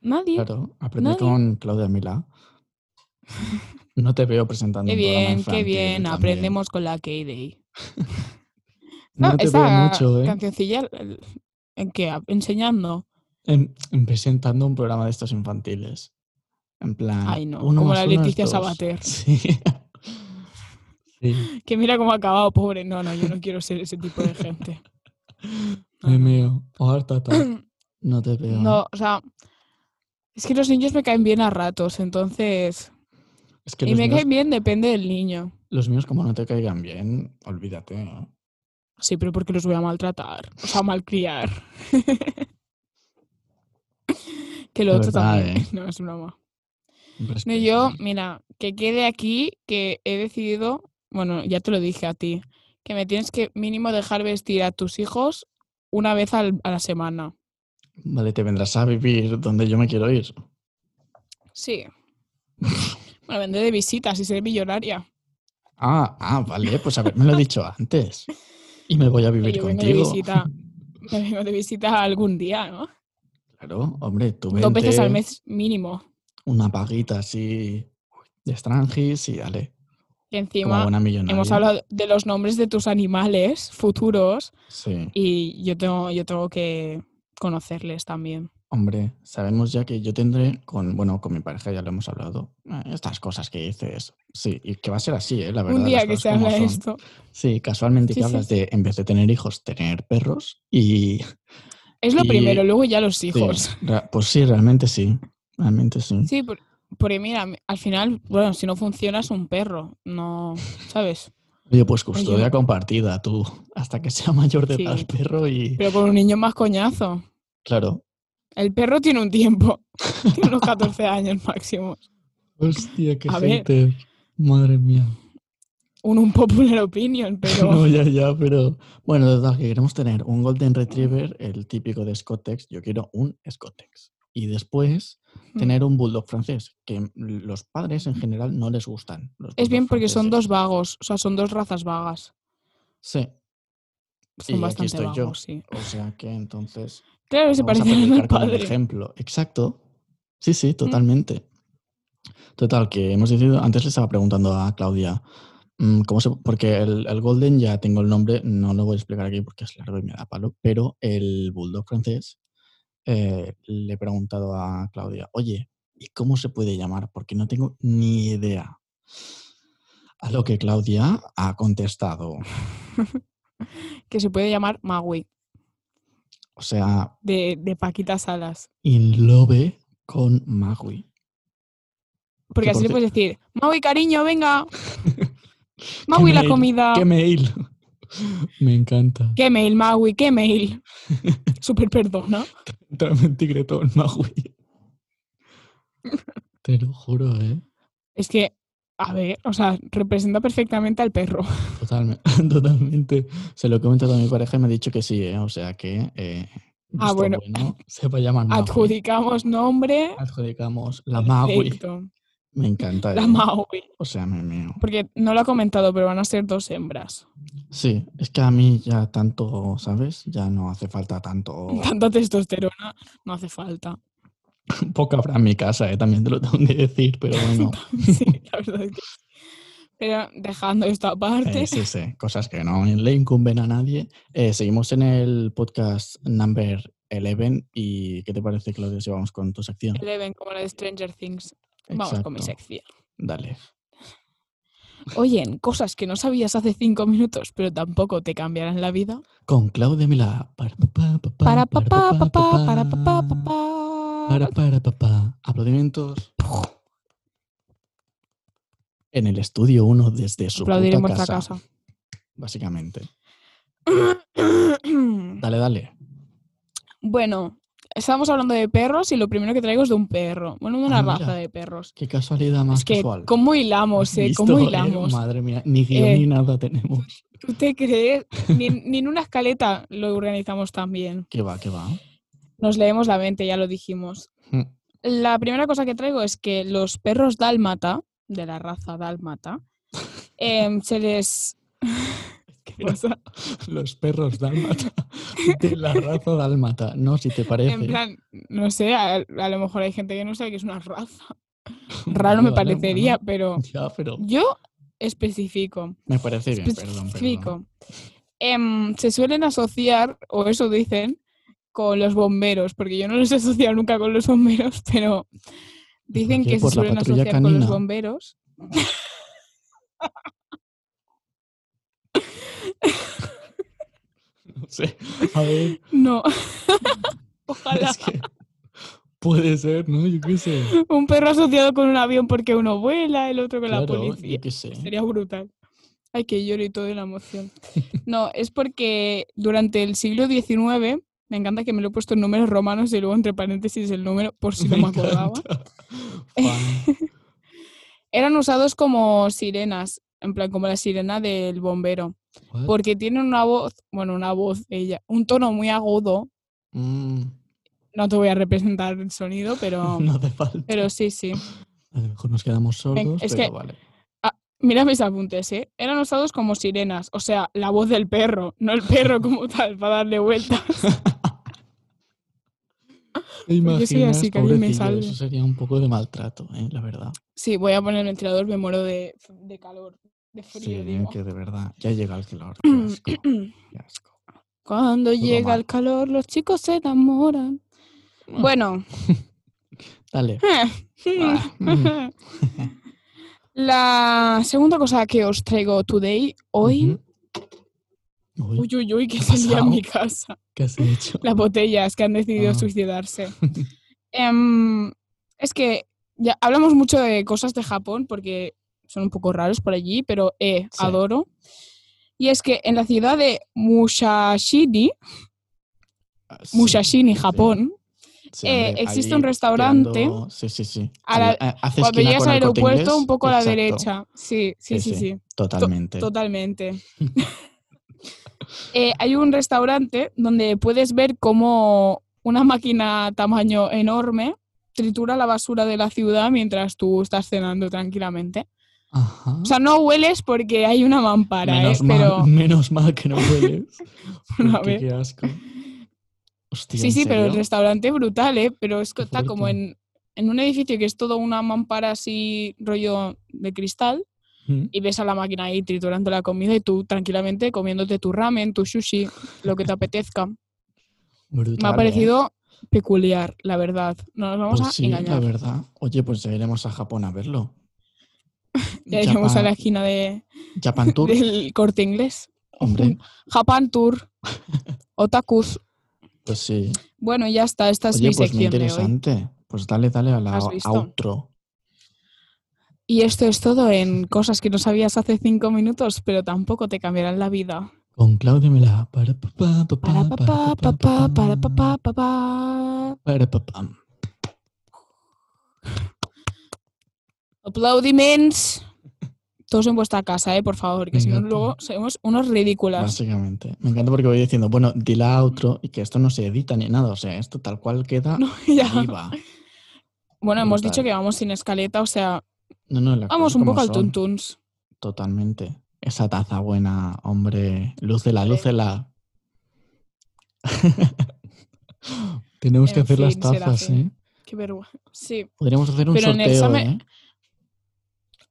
Speaker 2: Nadie.
Speaker 1: Claro, aprendí
Speaker 2: Nadie.
Speaker 1: con Claudia Milá. No te veo presentando.
Speaker 2: qué
Speaker 1: un programa en
Speaker 2: bien, qué
Speaker 1: Fran TV
Speaker 2: bien.
Speaker 1: también.
Speaker 2: Aprendemos con la K-Day.
Speaker 1: No
Speaker 2: Ah,
Speaker 1: te
Speaker 2: esa
Speaker 1: veo mucho, ¿eh?
Speaker 2: cancioncilla, el- ¿en qué? ¿A- ¿Enseñando?
Speaker 1: En, en presentando un programa de estos infantiles. En plan.
Speaker 2: Ay, no,
Speaker 1: uno
Speaker 2: como
Speaker 1: más
Speaker 2: la
Speaker 1: uno es
Speaker 2: Leticia
Speaker 1: dos.
Speaker 2: Sabater.
Speaker 1: Sí. sí.
Speaker 2: Que mira cómo ha acabado, pobre. No, no, yo no quiero ser ese tipo de gente. No,
Speaker 1: Me
Speaker 2: no,
Speaker 1: meo. Harta, ta. No te veo.
Speaker 2: No, o sea, es que los niños me caen bien a ratos, entonces...
Speaker 1: Es que
Speaker 2: y
Speaker 1: los
Speaker 2: me
Speaker 1: míos,
Speaker 2: caen bien depende del niño.
Speaker 1: los míos, como no te caigan bien, olvídate. ¿eh?
Speaker 2: Sí, pero porque los voy a maltratar, o sea, malcriar. que lo
Speaker 1: De
Speaker 2: otro
Speaker 1: verdad,
Speaker 2: también.
Speaker 1: ¿eh?
Speaker 2: No, es broma. No,
Speaker 1: Respeto.
Speaker 2: yo, mira, que quede aquí que he decidido, bueno, ya te lo dije a ti, que me tienes que mínimo dejar vestir a tus hijos una vez al- a la semana.
Speaker 1: Vale, te vendrás a vivir donde yo me quiero ir.
Speaker 2: Sí. bueno, vendré de visitas y seré millonaria.
Speaker 1: Ah, ah, vale, pues haberme lo dicho antes. Y me voy a
Speaker 2: Que
Speaker 1: vivir
Speaker 2: yo vengo de
Speaker 1: contigo.
Speaker 2: visita. Me vengo de visita algún día, ¿no?
Speaker 1: Claro, hombre, tú
Speaker 2: Dos veces al
Speaker 1: vente,
Speaker 2: mes mínimo.
Speaker 1: una paguita así de estrangis y dale,
Speaker 2: Y
Speaker 1: como
Speaker 2: encima
Speaker 1: buena millonaria.
Speaker 2: hemos hablado de los nombres de tus animales futuros
Speaker 1: Sí,
Speaker 2: y yo tengo, yo tengo que conocerles también.
Speaker 1: hombre, sabemos ya que yo tendré con, bueno, con mi pareja ya lo hemos hablado, eh, estas cosas que dices. Sí, y que va a ser así, eh, la verdad.
Speaker 2: Un
Speaker 1: las
Speaker 2: día que
Speaker 1: cosas
Speaker 2: se
Speaker 1: como
Speaker 2: habla
Speaker 1: son.
Speaker 2: esto.
Speaker 1: Sí, casualmente
Speaker 2: Sí,
Speaker 1: que
Speaker 2: sí.
Speaker 1: hablas de, en vez de tener hijos, tener perros y...
Speaker 2: Es lo
Speaker 1: Y-
Speaker 2: primero, luego ya los hijos.
Speaker 1: Sí, ra- pues sí, realmente sí, realmente sí.
Speaker 2: Sí, por- porque mira, al final, bueno, si no funciona es un perro, no, ¿sabes?
Speaker 1: Oye, pues
Speaker 2: Oye,
Speaker 1: custodia
Speaker 2: no-
Speaker 1: compartida, tú, hasta que sea mayor de edad
Speaker 2: Sí.
Speaker 1: el perro y...
Speaker 2: Pero con un niño más coñazo.
Speaker 1: Claro.
Speaker 2: El perro tiene un tiempo, tiene unos 14 años máximo.
Speaker 1: Hostia, qué
Speaker 2: A ver.
Speaker 1: gente. Madre mía.
Speaker 2: Un, un popular opinion, pero...
Speaker 1: No, ya, ya, pero... Bueno, total, que queremos tener un Golden Retriever, el típico de Scottex. Yo quiero un Scottex. Y después,
Speaker 2: Mm.
Speaker 1: tener un Bulldog francés, que los padres en general no les gustan. los
Speaker 2: Es bien
Speaker 1: bulldogs
Speaker 2: porque son
Speaker 1: franceses.
Speaker 2: dos vagos, o sea, son dos razas vagas.
Speaker 1: Sí, Y
Speaker 2: Son
Speaker 1: aquí
Speaker 2: bastante
Speaker 1: estoy
Speaker 2: vagos,
Speaker 1: yo.
Speaker 2: sí.
Speaker 1: o sea que entonces...
Speaker 2: Claro, se
Speaker 1: Vamos a
Speaker 2: parecen al
Speaker 1: predicar con el
Speaker 2: padre. Mm.
Speaker 1: ejemplo. Exacto. Sí, sí, totalmente. Total, que hemos decidido, antes le estaba preguntando a Claudia, mm, ¿cómo se, porque el, el Golden ya tengo el nombre, no lo voy a explicar aquí porque es largo y me da palo, pero el Bulldog francés eh, le he preguntado a Claudia, oye, ¿y cómo se puede llamar? Porque no tengo ni idea. A lo que Claudia ha contestado.
Speaker 2: Que se puede llamar Magui,
Speaker 1: O sea,
Speaker 2: de, de Paquita Salas.
Speaker 1: in love con Magui.
Speaker 2: Porque
Speaker 1: Que
Speaker 2: así
Speaker 1: por
Speaker 2: le puedes decir, Magui, cariño, venga.
Speaker 1: ¿Qué
Speaker 2: Magui, la
Speaker 1: mail?
Speaker 2: comida.
Speaker 1: ¡Qué mail! Me encanta.
Speaker 2: ¿Qué mail, Magui? ¿Qué mail? Súper perdona.
Speaker 1: Totalmente tigretón, Magui. Te lo juro, ¿eh?
Speaker 2: Es que, a ver, o sea, representa perfectamente al perro.
Speaker 1: Totalmente. totalmente. Se lo he comentado a mi pareja y me ha dicho que sí, ¿eh? O sea que. Eh,
Speaker 2: Ah,
Speaker 1: visto
Speaker 2: bueno.
Speaker 1: Se va a llamar Magui.
Speaker 2: Adjudicamos nombre.
Speaker 1: Adjudicamos la Magui.
Speaker 2: Perfecto.
Speaker 1: Me encanta.
Speaker 2: La
Speaker 1: ¿eh?
Speaker 2: Magui.
Speaker 1: O sea, me mío.
Speaker 2: Porque no lo ha comentado, pero van a ser dos hembras.
Speaker 1: Sí, es que a mí ya tanto, ¿sabes? Ya no hace falta tanto.
Speaker 2: Tanta testosterona no hace falta.
Speaker 1: Poca habrá en mi casa, ¿eh? También te lo tengo que decir, pero bueno.
Speaker 2: Sí, la verdad es que sí. Pero dejando esto aparte,
Speaker 1: Eh, sí, sí, cosas que no le incumben a nadie. Eh, seguimos en el podcast number 11 y ¿qué te parece, Claudia, si vamos con tu sección?
Speaker 2: Eleven, como la de Stranger Things. Vamos con mi
Speaker 1: Exacto.
Speaker 2: sección.
Speaker 1: Dale.
Speaker 2: Oye, en cosas que no sabías hace cinco minutos, pero tampoco te cambiarán la vida.
Speaker 1: Con Claudia Milá. Para papá, papá,
Speaker 2: Para papá, papá, para papá,
Speaker 1: papá.
Speaker 2: papá.
Speaker 1: Para para papá. Aplaudimientos. En el estudio 1 desde su
Speaker 2: Aplaudir en
Speaker 1: puta
Speaker 2: vuestra
Speaker 1: casa,
Speaker 2: casa.
Speaker 1: Básicamente. Dale, dale.
Speaker 2: Bueno, estábamos hablando de perros y lo primero que traigo es de un perro. Bueno, de una
Speaker 1: Ah, mira. Ah,
Speaker 2: raza de perros.
Speaker 1: Qué casualidad más
Speaker 2: es que,
Speaker 1: casual.
Speaker 2: ¿cómo hilamos, eh?
Speaker 1: Listo,
Speaker 2: ¿Cómo
Speaker 1: eh,
Speaker 2: hilamos?
Speaker 1: Madre mía, ni guión
Speaker 2: Eh,
Speaker 1: ni nada tenemos.
Speaker 2: ¿Tú te crees? Ni, en- ni en una escaleta lo organizamos tan bien.
Speaker 1: ¿Qué va, qué va?
Speaker 2: Nos leemos la mente, ya lo dijimos.
Speaker 1: Mm,
Speaker 2: La primera cosa que traigo es que los perros dálmata, de la raza dálmata, em, se les... ¿Qué pasa?
Speaker 1: Los perros dálmata. De la raza dálmata. No, si te parece.
Speaker 2: En plan, no sé, a, a lo mejor hay gente que no sabe que es una raza.
Speaker 1: Vale,
Speaker 2: Raro me
Speaker 1: vale,
Speaker 2: parecería, pero
Speaker 1: bueno. Ya, pero
Speaker 2: yo especifico.
Speaker 1: me parece bien, perdón, perdón.
Speaker 2: Especifico. Em, se suelen asociar, o eso dicen, con los bomberos, porque yo no los he asociado nunca con los bomberos, pero dicen
Speaker 1: qué?
Speaker 2: que se
Speaker 1: ¿Por la
Speaker 2: suelen
Speaker 1: patrulla
Speaker 2: asociar con los
Speaker 1: canina?
Speaker 2: bomberos.
Speaker 1: No sé. A ver,
Speaker 2: No. Ojalá.
Speaker 1: es que puede ser, ¿no? Yo qué sé.
Speaker 2: Un perro asociado con un avión porque uno vuela, el otro con la
Speaker 1: Claro,
Speaker 2: policía.
Speaker 1: yo qué sé.
Speaker 2: Sería brutal. Ay, que lloro y todo de la emoción. No, es porque durante el siglo XIX, me encanta que me lo he puesto en números romanos y luego entre paréntesis el número por si no me acordaba,
Speaker 1: encanta. Fan.
Speaker 2: eran usados como sirenas, en plan como la sirena del bombero,
Speaker 1: What?
Speaker 2: porque tienen una voz, bueno, una voz ella, un tono muy agudo,
Speaker 1: Mm,
Speaker 2: no te voy a representar el sonido, pero,
Speaker 1: no hace falta.
Speaker 2: pero sí, sí.
Speaker 1: A lo mejor nos quedamos sordos,
Speaker 2: es
Speaker 1: pero
Speaker 2: que-
Speaker 1: vale.
Speaker 2: Mira mis apuntes, ¿eh? Eran usados como sirenas, o sea, la voz del perro, no el perro como tal, para darle vueltas.
Speaker 1: ¿Te
Speaker 2: yo soy
Speaker 1: imaginas,
Speaker 2: así, que alguien me
Speaker 1: pobrecillo?
Speaker 2: salve.
Speaker 1: Eso sería un poco de maltrato, ¿eh? la verdad.
Speaker 2: Sí, voy a poner el ventilador, me muero de, de calor, de frío.
Speaker 1: Sí,
Speaker 2: digo.
Speaker 1: que de verdad, ya llega el calor. Qué asco, qué asco.
Speaker 2: Cuando llega
Speaker 1: mal. Mm.
Speaker 2: el calor, los chicos se enamoran. Bueno, eh.
Speaker 1: Dale. Ah, mm,
Speaker 2: la segunda cosa que os traigo today, hoy,
Speaker 1: ujú. Uy,
Speaker 2: uy, uy, uy, que
Speaker 1: ¿qué ha
Speaker 2: salía en mi
Speaker 1: pasado?
Speaker 2: casa.
Speaker 1: ¿Qué has hecho?
Speaker 2: Las botellas que han decidido
Speaker 1: Ah.
Speaker 2: suicidarse. Em, es que ya hablamos mucho de cosas de Japón porque son un poco raros por allí, pero eh,
Speaker 1: Sí.
Speaker 2: adoro. Y es que en la ciudad de Musashini,
Speaker 1: Ah, sí,
Speaker 2: Musashini,
Speaker 1: sí,
Speaker 2: Japón,
Speaker 1: sí,
Speaker 2: eh,
Speaker 1: hombre,
Speaker 2: existe
Speaker 1: allí
Speaker 2: un restaurante
Speaker 1: tirando- Sí, sí, sí.
Speaker 2: a la-
Speaker 1: Allí, ah, hace
Speaker 2: cuando
Speaker 1: esquina
Speaker 2: llegas
Speaker 1: con
Speaker 2: al
Speaker 1: el Corte
Speaker 2: aeropuerto,
Speaker 1: Inglés,
Speaker 2: un poco a la
Speaker 1: exacto,
Speaker 2: derecha. Sí,
Speaker 1: Sí,
Speaker 2: sí, sí,
Speaker 1: sí.
Speaker 2: sí,
Speaker 1: Totalmente.
Speaker 2: totalmente. Eh, hay un restaurante donde puedes ver cómo una máquina tamaño enorme tritura la basura de la ciudad mientras tú estás cenando tranquilamente.
Speaker 1: Ah. Ajá.
Speaker 2: O sea, no hueles porque hay una mampara,
Speaker 1: menos,
Speaker 2: ¿eh?
Speaker 1: mal,
Speaker 2: pero
Speaker 1: menos mal que no hueles.
Speaker 2: Bueno, a
Speaker 1: porque
Speaker 2: ver.
Speaker 1: Qué asco. Hostia,
Speaker 2: sí,
Speaker 1: ¿en
Speaker 2: sí, pero el
Speaker 1: serio?
Speaker 2: restaurante brutal, ¿eh? Pero es que
Speaker 1: Qué
Speaker 2: está como
Speaker 1: fuerte.
Speaker 2: en, en un edificio que es todo una mampara así rollo de cristal
Speaker 1: Mm.
Speaker 2: y ves a la máquina ahí triturando la comida y tú tranquilamente comiéndote tu ramen, tu sushi, lo que te apetezca. Me
Speaker 1: Brutal,
Speaker 2: ha
Speaker 1: ¿eh?
Speaker 2: parecido peculiar, la verdad. No nos vamos
Speaker 1: Pues
Speaker 2: a
Speaker 1: sí, la
Speaker 2: engañar.
Speaker 1: verdad. Oye, pues ya iremos a Japón a verlo.
Speaker 2: Ya iremos a la
Speaker 1: Japan-
Speaker 2: esquina de,
Speaker 1: Japan Tour,
Speaker 2: del corte inglés.
Speaker 1: hombre.
Speaker 2: Japan Tour. Otakus.
Speaker 1: Pues sí.
Speaker 2: Bueno, ya está. Esta es
Speaker 1: Oye,
Speaker 2: mi
Speaker 1: pues muy
Speaker 2: sección de hoy.
Speaker 1: interesante. Pues dale, dale a la
Speaker 2: ¿Has visto?
Speaker 1: outro.
Speaker 2: Y esto es todo en cosas que no sabías hace cinco minutos, pero tampoco te cambiarán la vida.
Speaker 1: Con Claudia Mela. Para pa pa pa pa
Speaker 2: Para
Speaker 1: pa
Speaker 2: pa pa
Speaker 1: pa pa
Speaker 2: pa pa, para pa
Speaker 1: pa.
Speaker 2: pa pa pa.
Speaker 1: Para pa pam.
Speaker 2: Aplaudiments. Todos en vuestra casa, eh, por favor, que
Speaker 1: Me
Speaker 2: si no
Speaker 1: encanta.
Speaker 2: luego somos unos ridículas.
Speaker 1: Básicamente. Me encanta porque voy diciendo, bueno, di la outro y que esto no se edita ni nada. O sea, esto tal cual queda.
Speaker 2: No, ya.
Speaker 1: Ahí va.
Speaker 2: Bueno, hemos
Speaker 1: Brutal.
Speaker 2: dicho que vamos sin escaleta, o sea,
Speaker 1: No, no, las
Speaker 2: vamos
Speaker 1: cosas
Speaker 2: un
Speaker 1: como
Speaker 2: poco al
Speaker 1: son.
Speaker 2: tuntuns.
Speaker 1: Totalmente. Esa taza buena, hombre. Lúcela, lúcela. Tenemos que
Speaker 2: En
Speaker 1: hacer las
Speaker 2: fin, será
Speaker 1: tazas,
Speaker 2: fin.
Speaker 1: ¿eh?
Speaker 2: Qué vergüenza. Sí.
Speaker 1: Podríamos hacer un
Speaker 2: Pero en el
Speaker 1: sorteo,
Speaker 2: examen-
Speaker 1: ¿eh?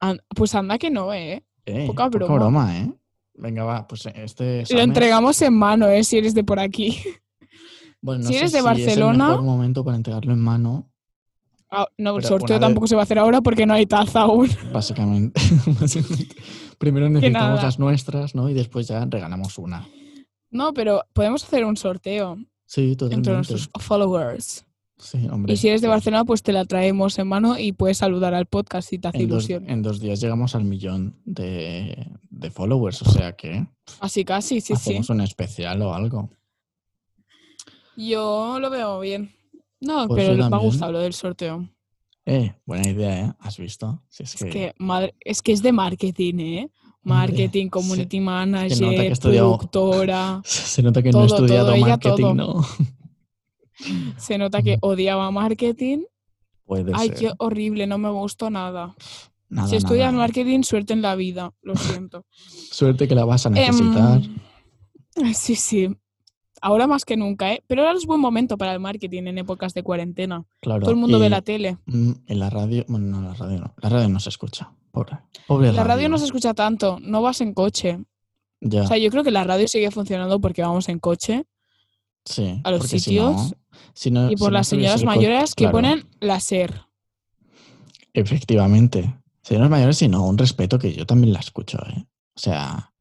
Speaker 2: An- pues anda que no, eh.
Speaker 1: Eh,
Speaker 2: Poca broma.
Speaker 1: broma, ¿eh? Venga, va, pues este
Speaker 2: Lo
Speaker 1: examen-
Speaker 2: entregamos en mano, eh, si eres de por aquí.
Speaker 1: Bueno, no
Speaker 2: si
Speaker 1: sé
Speaker 2: eres de
Speaker 1: es
Speaker 2: Barcelona-
Speaker 1: el mejor momento para entregarlo en mano,
Speaker 2: Ah, no, el
Speaker 1: Pero
Speaker 2: sorteo
Speaker 1: una vez-
Speaker 2: tampoco se va a hacer ahora porque no hay taza aún.
Speaker 1: básicamente. Básicamente. Primero necesitamos
Speaker 2: nada.
Speaker 1: las nuestras, ¿no? Y después ya regalamos una.
Speaker 2: No, pero podemos hacer un sorteo
Speaker 1: Sí,
Speaker 2: entre
Speaker 1: totalmente.
Speaker 2: nuestros followers.
Speaker 1: Sí, hombre.
Speaker 2: Y si eres de
Speaker 1: sí.
Speaker 2: Barcelona, pues te la traemos en mano y puedes saludar al podcast si te hace
Speaker 1: En dos,
Speaker 2: ilusión.
Speaker 1: en dos días llegamos al millón de, de followers, o sea que
Speaker 2: Así casi, sí, sí.
Speaker 1: hacemos un especial o algo.
Speaker 2: Yo lo veo bien. No,
Speaker 1: Pues
Speaker 2: pero
Speaker 1: yo
Speaker 2: les va a
Speaker 1: también.
Speaker 2: gustar lo del sorteo.
Speaker 1: Eh, buena idea, ¿eh? ¿Has visto? Si es,
Speaker 2: Es que, madre, es que es de marketing, ¿eh? Marketing, community manager,
Speaker 1: nota que ha estudiado.
Speaker 2: productora.
Speaker 1: Se nota que no he
Speaker 2: Todo,
Speaker 1: estudiado
Speaker 2: todo, ella
Speaker 1: marketing,
Speaker 2: todo.
Speaker 1: ¿no?
Speaker 2: Se nota que odiaba marketing.
Speaker 1: Puede
Speaker 2: Ay,
Speaker 1: ser.
Speaker 2: qué horrible, no me gustó nada.
Speaker 1: Nada,
Speaker 2: si estudias
Speaker 1: nada.
Speaker 2: marketing, suerte en la vida, lo siento.
Speaker 1: Suerte que la vas a
Speaker 2: Em,
Speaker 1: necesitar.
Speaker 2: sí, sí. Ahora más que nunca, ¿eh? Pero ahora es buen momento para el marketing en épocas de cuarentena.
Speaker 1: claro.
Speaker 2: Todo el mundo
Speaker 1: y,
Speaker 2: ve la tele.
Speaker 1: mm, En la radio. Bueno, no, la radio no. La radio no se escucha. Pobre. Pobre
Speaker 2: La radio no se escucha tanto, no vas en coche.
Speaker 1: Ya,
Speaker 2: O sea, yo creo que la radio sigue funcionando porque vamos en coche
Speaker 1: sí.
Speaker 2: a los
Speaker 1: porque si
Speaker 2: sitios
Speaker 1: no- si no- si
Speaker 2: y por
Speaker 1: no
Speaker 2: las
Speaker 1: estuviese
Speaker 2: señoras
Speaker 1: el co-
Speaker 2: mayores que
Speaker 1: claro,
Speaker 2: ponen la SER.
Speaker 1: Efectivamente. Señoras mayores, sino un respeto que yo también la escucho, ¿eh? O sea.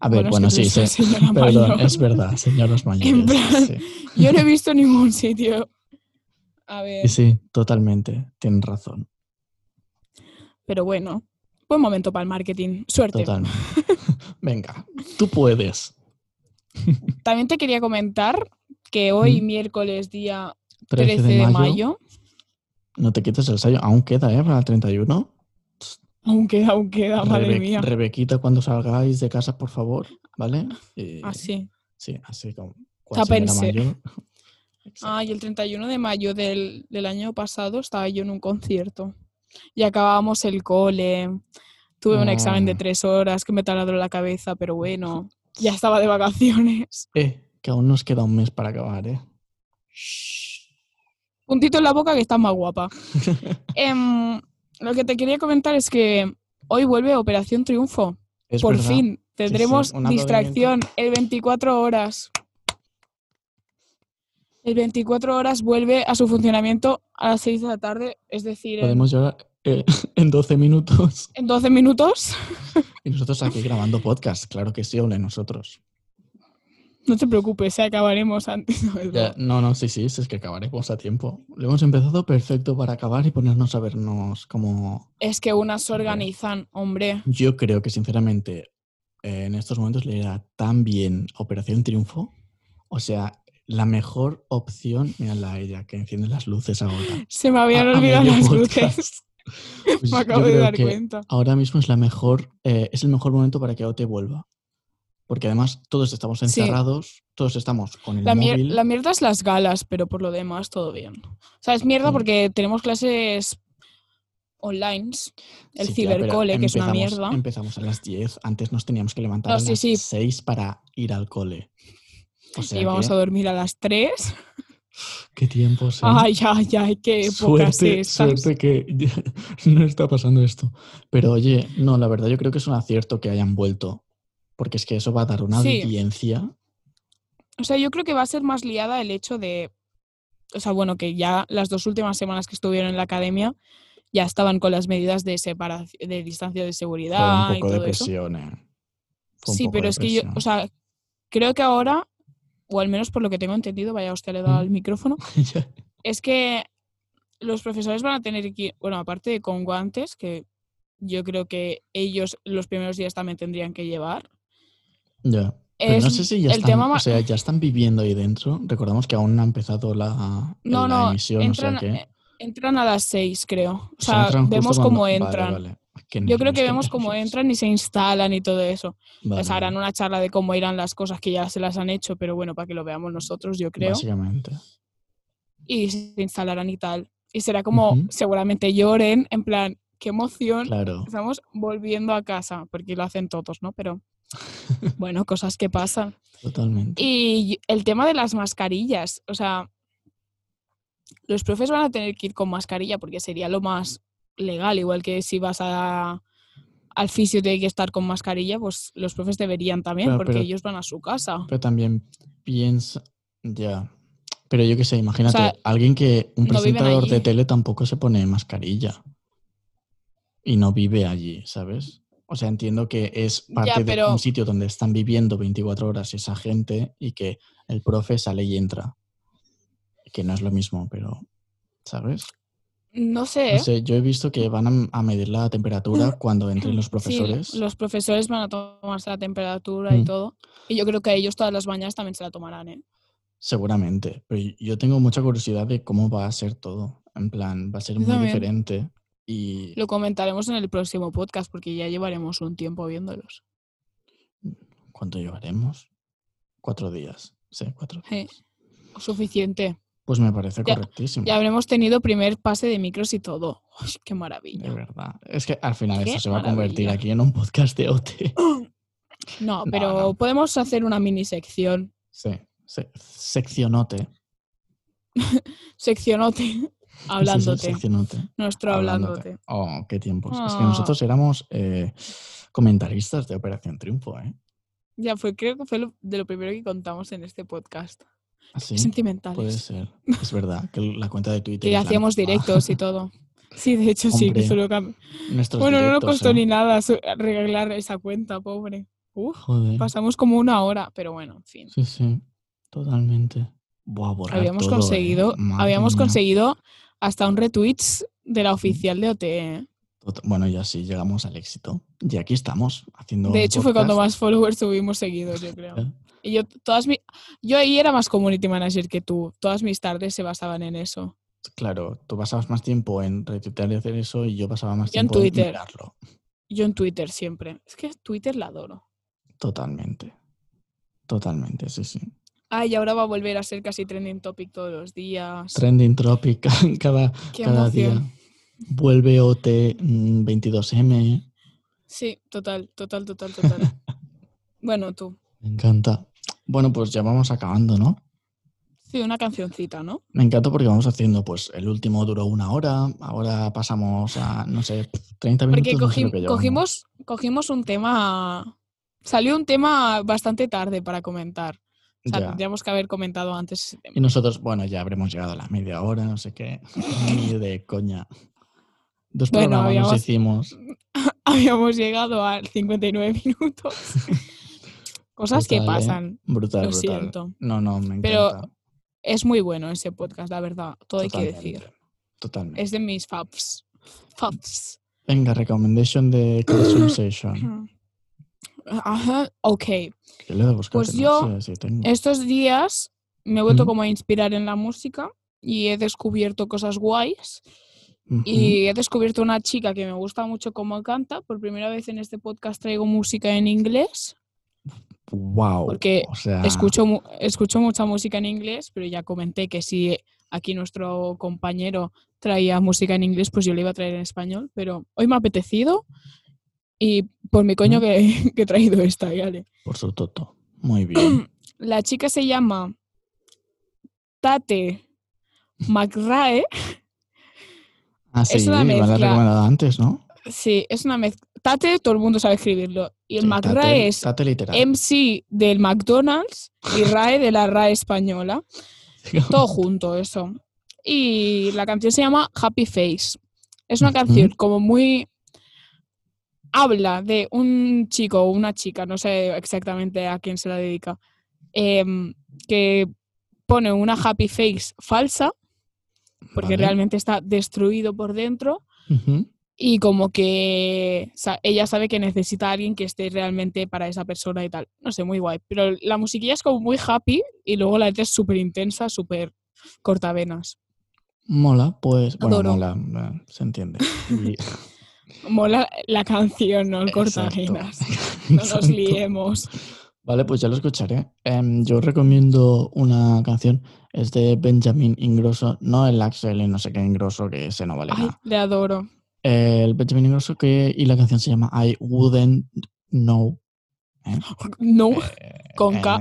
Speaker 1: A ver, bueno,
Speaker 2: es que
Speaker 1: sí,
Speaker 2: tú
Speaker 1: sí.
Speaker 2: eres una señora
Speaker 1: Perdón,
Speaker 2: mayor.
Speaker 1: es verdad, señoras mayores. sí,
Speaker 2: plan,
Speaker 1: sí.
Speaker 2: Yo no he visto ningún sitio. A ver,
Speaker 1: Sí, sí, totalmente. Tienes razón.
Speaker 2: pero bueno, buen momento para el marketing. Suerte.
Speaker 1: Totalmente. Venga, tú puedes.
Speaker 2: También te quería comentar que hoy,
Speaker 1: Mm.
Speaker 2: miércoles, día
Speaker 1: 13, de, mayo,
Speaker 2: mayo,
Speaker 1: No te quites el sayo. Aún queda, ¿eh? Para el 31.
Speaker 2: aún queda, aún queda, madre
Speaker 1: Rebe-
Speaker 2: mía.
Speaker 1: Rebequita, cuando salgáis de casa, por favor, ¿vale? Eh,
Speaker 2: Así.
Speaker 1: Sí, así como. cual señora
Speaker 2: Tápense.
Speaker 1: mayor. Exacto.
Speaker 2: Ah, y el 31 de mayo del, del año pasado estaba yo en un concierto. Y acabábamos el cole. Tuve un examen de
Speaker 1: Mm.
Speaker 2: tres horas que me taladró la cabeza, pero bueno, ya estaba de vacaciones.
Speaker 1: Eh, que aún nos queda un mes para acabar, ¿eh?
Speaker 2: Puntito en la boca que estás más guapa. Em, lo que te quería comentar es que hoy vuelve Operación Triunfo.
Speaker 1: Es
Speaker 2: Por
Speaker 1: verdad.
Speaker 2: fin tendremos
Speaker 1: sí, un
Speaker 2: distracción el 24 horas. El 24 horas vuelve a su funcionamiento a las 6 de la tarde, es decir, en,
Speaker 1: Podemos llorar eh, en 12 minutos.
Speaker 2: en 12 minutos.
Speaker 1: Y nosotros aquí grabando podcast. Claro que sí, ole, nosotros.
Speaker 2: No te preocupes, eh, acabaremos antes. No, es
Speaker 1: Ya,
Speaker 2: broma.
Speaker 1: no, no, sí, sí, sí, es que acabaremos a tiempo. Lo hemos empezado perfecto para acabar y ponernos a vernos como...
Speaker 2: Es que unas se
Speaker 1: Hombre.
Speaker 2: organizan, hombre.
Speaker 1: Yo creo que, sinceramente, eh, en estos momentos le irá tan bien Operación Triunfo. O sea, la mejor opción, mírala a ella, que enciende las luces ahora.
Speaker 2: Se me habían
Speaker 1: A- a
Speaker 2: olvidado
Speaker 1: medio
Speaker 2: las
Speaker 1: podcast.
Speaker 2: luces.
Speaker 1: Pues
Speaker 2: Me
Speaker 1: yo
Speaker 2: acabo de
Speaker 1: creo
Speaker 2: dar
Speaker 1: que
Speaker 2: cuenta.
Speaker 1: Ahora mismo es la mejor, eh, es el mejor momento para que OT vuelva. Porque además todos estamos
Speaker 2: Sí.
Speaker 1: encerrados, todos estamos con el
Speaker 2: La, mier-
Speaker 1: móvil.
Speaker 2: la mierda es las galas, pero por lo demás todo bien. O sea, es mierda
Speaker 1: Mm.
Speaker 2: porque tenemos clases online, el
Speaker 1: Sí, tía, pero
Speaker 2: cibercole, que es una
Speaker 1: empezamos-
Speaker 2: mierda.
Speaker 1: Empezamos a las 10, antes nos teníamos que levantar
Speaker 2: No,
Speaker 1: a
Speaker 2: sí,
Speaker 1: las
Speaker 2: sí.
Speaker 1: 6 para ir al cole. O sea,
Speaker 2: y vamos
Speaker 1: que-
Speaker 2: a Ah, dormir a las 3.
Speaker 1: qué tiempo se
Speaker 2: Ay, ay, ay, qué épocas
Speaker 1: Suerte,
Speaker 2: estas.
Speaker 1: suerte que ya no está pasando esto. Pero oye, no, la verdad yo creo que es un acierto que hayan vuelto. Porque es que eso va a dar una
Speaker 2: Sí.
Speaker 1: audiencia.
Speaker 2: O sea, yo creo que va a ser más liada el hecho de. O sea, bueno, que ya las dos últimas semanas que estuvieron en la academia ya estaban con las medidas de separación, de distancia de
Speaker 1: Fue un
Speaker 2: seguridad y
Speaker 1: poco de
Speaker 2: todo eso.
Speaker 1: presión, eh. Fue un
Speaker 2: Sí,
Speaker 1: poco
Speaker 2: pero
Speaker 1: de
Speaker 2: es que yo, o
Speaker 1: presión.
Speaker 2: sea, creo que ahora, o al menos por lo que tengo entendido, vaya usted le da
Speaker 1: Mm.
Speaker 2: al micrófono,
Speaker 1: Ya.
Speaker 2: es que los profesores van a tener que, ir- bueno, aparte de con guantes, que yo creo que ellos los primeros días también tendrían que llevar.
Speaker 1: Ya. Pero
Speaker 2: Es
Speaker 1: no sé si ya
Speaker 2: el
Speaker 1: están,
Speaker 2: tema ma-
Speaker 1: o sea, ya están viviendo ahí dentro. Recordamos que aún no ha empezado la, la
Speaker 2: No, no,
Speaker 1: emisión,
Speaker 2: entran,
Speaker 1: o sea que.
Speaker 2: eh, entran a las seis, creo. O
Speaker 1: o sea,
Speaker 2: sea,
Speaker 1: entran justo
Speaker 2: vemos
Speaker 1: cuando-
Speaker 2: cómo
Speaker 1: vale,
Speaker 2: entran.
Speaker 1: vale. Ay, qué
Speaker 2: Yo creo
Speaker 1: nervios,
Speaker 2: que
Speaker 1: qué
Speaker 2: vemos cómo
Speaker 1: nervios.
Speaker 2: entran y se instalan y todo eso.
Speaker 1: Vale,
Speaker 2: Les harán una charla de cómo irán las cosas que ya se las han hecho, pero bueno, para que lo veamos nosotros, yo creo.
Speaker 1: Básicamente.
Speaker 2: y se instalarán y tal. Y será como,
Speaker 1: Ujú.
Speaker 2: seguramente lloren, en plan, qué emoción,
Speaker 1: Claro.
Speaker 2: estamos volviendo a casa, porque lo hacen todos, ¿no? Pero bueno, cosas que pasan.
Speaker 1: Totalmente.
Speaker 2: Y el tema de las mascarillas, o sea, los profes van a tener que ir con mascarilla porque sería lo más legal, igual que si vas a, al fisio y tienes que estar con mascarilla, pues los profes deberían también,
Speaker 1: Claro,
Speaker 2: porque
Speaker 1: pero-
Speaker 2: ellos van a su casa.
Speaker 1: Pero también piensa. Ya. Pero yo qué sé, imagínate,
Speaker 2: O sea,
Speaker 1: alguien que. Un
Speaker 2: no viven
Speaker 1: presentador de
Speaker 2: allí.
Speaker 1: tele tampoco se pone mascarilla. Y no vive allí, ¿sabes? O sea, entiendo que es
Speaker 2: Ya,
Speaker 1: parte de
Speaker 2: pero-
Speaker 1: un sitio donde están viviendo 24 horas esa gente y que el profe sale y entra. Que no es lo mismo, pero. ¿Sabes?
Speaker 2: No sé,
Speaker 1: No
Speaker 2: ¿eh?
Speaker 1: sé, yo he visto que van a- a medir la temperatura cuando entren los
Speaker 2: Sí, lo-
Speaker 1: profesores.
Speaker 2: los profesores van a tomarse la temperatura y
Speaker 1: Mm.
Speaker 2: todo. Y yo creo que a ellos todas las mañanas también se la tomarán, ¿eh?
Speaker 1: Seguramente, pero yo- yo tengo mucha curiosidad de cómo va a ser todo. En plan, va a ser
Speaker 2: Yo
Speaker 1: muy
Speaker 2: también.
Speaker 1: diferente y
Speaker 2: Lo comentaremos en el próximo podcast porque ya llevaremos un tiempo viéndolos.
Speaker 1: ¿cuánto llevaremos? Cuatro días, sí, cuatro
Speaker 2: Sí.
Speaker 1: días.
Speaker 2: Suficiente.
Speaker 1: Pues me parece
Speaker 2: Ya-
Speaker 1: correctísimo,
Speaker 2: Ya habremos tenido primer pase de micros y todo. Uy, ¡Qué
Speaker 1: de
Speaker 2: maravilla!
Speaker 1: verdad. Es que al final
Speaker 2: Qué
Speaker 1: esto se va a convertir
Speaker 2: maravilla.
Speaker 1: aquí en un podcast de OT.
Speaker 2: No,
Speaker 1: No,
Speaker 2: pero
Speaker 1: no.
Speaker 2: podemos hacer una mini sección.
Speaker 1: Sí, sí, seccionote.
Speaker 2: Seccionote.
Speaker 1: Sí, sí,
Speaker 2: Hablándote.
Speaker 1: seccionote.
Speaker 2: Nuestro hablándote.
Speaker 1: Oh, qué tiempos. Es que
Speaker 2: Ah.
Speaker 1: nosotros éramos eh, comentaristas de Operación Triunfo, ¿eh?
Speaker 2: Ya fue, creo que fue lo- de lo primero que contamos en este podcast.
Speaker 1: Así.
Speaker 2: Sentimentales.
Speaker 1: Puede ser. Es verdad que la cuenta de Twitter.
Speaker 2: que
Speaker 1: es pues, la
Speaker 2: hacíamos
Speaker 1: misma.
Speaker 2: directos y todo. Sí, de hecho sí, que
Speaker 1: Hombre,
Speaker 2: solo cam-
Speaker 1: Nuestros
Speaker 2: Bueno, no nos
Speaker 1: directos,
Speaker 2: costó
Speaker 1: ¿eh?
Speaker 2: ni nada su- arreglar esa cuenta, pobre. Uf,
Speaker 1: Joder.
Speaker 2: pasamos como una hora, pero bueno, en fin.
Speaker 1: Sí, sí. Totalmente. Buah, borrar
Speaker 2: habíamos
Speaker 1: todo, ¿eh?
Speaker 2: conseguido,
Speaker 1: Madre
Speaker 2: habíamos
Speaker 1: mía.
Speaker 2: conseguido hasta un retweets de la oficial de OTE. ¿eh?
Speaker 1: Tot- Bueno, ya sí, llegamos al éxito. Y aquí estamos haciendo.
Speaker 2: De
Speaker 1: un
Speaker 2: hecho, fue cuando
Speaker 1: podcast. ¿Eh?
Speaker 2: más followers tuvimos seguidos, yo creo.
Speaker 1: Ya.
Speaker 2: Y yo todas mi- yo ahí era más community manager que tú. Todas mis tardes se basaban en eso.
Speaker 1: Claro, tú pasabas más tiempo en retuitear y hacer eso, y yo pasaba más
Speaker 2: Yo en
Speaker 1: tiempo en
Speaker 2: Twitter.
Speaker 1: mirarlo.
Speaker 2: Yo en Twitter siempre. Es que Twitter la adoro.
Speaker 1: Totalmente. Totalmente, sí, sí.
Speaker 2: Ay, ahora va a volver a ser casi trending topic todos los días.
Speaker 1: Trending Tropic cada,
Speaker 2: Qué
Speaker 1: cada día.
Speaker 2: emoción.
Speaker 1: Vuelve OT mm, 22M.
Speaker 2: Sí, total, total, total, total. bueno, tú.
Speaker 1: Me encanta. Bueno, pues ya vamos acabando, ¿no?
Speaker 2: Sí, una cancioncita, ¿no?
Speaker 1: Me encanta porque vamos haciendo, pues el último duró una hora, ahora pasamos a, no sé, 30 minutos.
Speaker 2: Porque
Speaker 1: no sé lo
Speaker 2: cogim-
Speaker 1: que llevamos.
Speaker 2: cogimos, cogimos un tema. Salió un tema bastante tarde para comentar. O sea,
Speaker 1: Ya.
Speaker 2: tendríamos que haber comentado antes ese tema.
Speaker 1: Y nosotros, bueno, ya habremos llegado a la media hora, no sé qué. Ni de coña. Dos
Speaker 2: Bueno,
Speaker 1: programas nos
Speaker 2: habíamos-
Speaker 1: hicimos.
Speaker 2: Habíamos llegado a 59 minutos. Cosas que
Speaker 1: Brutal, ¿eh?
Speaker 2: pasan.
Speaker 1: Brutal,
Speaker 2: Lo
Speaker 1: brutal.
Speaker 2: siento.
Speaker 1: No, no, me
Speaker 2: Pero
Speaker 1: encanta.
Speaker 2: Es muy bueno ese podcast, la verdad. Todo hay que decir.
Speaker 1: Totalmente, Totalmente.
Speaker 2: Es de mis faps. Faps.
Speaker 1: Venga, recommendation de Classroom Session.
Speaker 2: Ajá, ok.
Speaker 1: Que lo he de buscar,
Speaker 2: Pues
Speaker 1: que no
Speaker 2: yo,
Speaker 1: sé si tengo.
Speaker 2: Estos días me he vuelto
Speaker 1: Ujú.
Speaker 2: como a inspirar en la música y he descubierto cosas guays.
Speaker 1: Ujú.
Speaker 2: Y he descubierto una chica que me gusta mucho cómo canta. Por primera vez en este podcast traigo música en inglés.
Speaker 1: Wow.
Speaker 2: Porque
Speaker 1: o sea,
Speaker 2: Escucho, mu- escucho mucha música en inglés, pero ya comenté que si aquí nuestro compañero traía música en inglés, pues yo le iba a traer en español. Pero hoy me ha apetecido y por mi coño
Speaker 1: Ujú.
Speaker 2: que, que he traído esta, vale.
Speaker 1: Por su toto. Muy bien.
Speaker 2: La chica se llama Tate McRae.
Speaker 1: Ah, sí,
Speaker 2: una
Speaker 1: me la
Speaker 2: mezcla.
Speaker 1: has recomendado antes, ¿no?
Speaker 2: Sí, es una mezcla. Tate, todo el mundo sabe escribirlo. Y el
Speaker 1: Sí,
Speaker 2: McRae
Speaker 1: tate-
Speaker 2: es
Speaker 1: tate literal.
Speaker 2: MC del McDonald's y RAE de la RAE española. Todo junto eso. Y la canción se llama Happy Face. Es una
Speaker 1: Ujú.
Speaker 2: canción como muy... Habla de un chico o una chica, no sé exactamente a quién se la dedica, em, que pone una happy face falsa, porque
Speaker 1: Vale.
Speaker 2: realmente está destruido por dentro,
Speaker 1: Ujú.
Speaker 2: y como que sa- ella sabe que necesita a alguien que esté realmente para esa persona y tal. No sé, muy guay. Pero la musiquilla es como muy happy y luego la letra es súper intensa, súper cortavenas.
Speaker 1: Mola, pues. Bueno,
Speaker 2: Adoro.
Speaker 1: mola, eh, se entiende. Y-
Speaker 2: Mola la canción, no el
Speaker 1: Exacto.
Speaker 2: cortavenas. No
Speaker 1: Exacto.
Speaker 2: nos liemos.
Speaker 1: Vale, pues ya lo escucharé. Em, yo recomiendo una canción, es de Benjamin Ingrosso, no el Axel y no sé qué Ingrosso, que ese no vale
Speaker 2: Ay,
Speaker 1: nada.
Speaker 2: le adoro.
Speaker 1: El Benjamin Ingrosso que, y la canción se llama I Wouldn't Know. ¿eh?
Speaker 2: No,
Speaker 1: Eh,
Speaker 2: con K.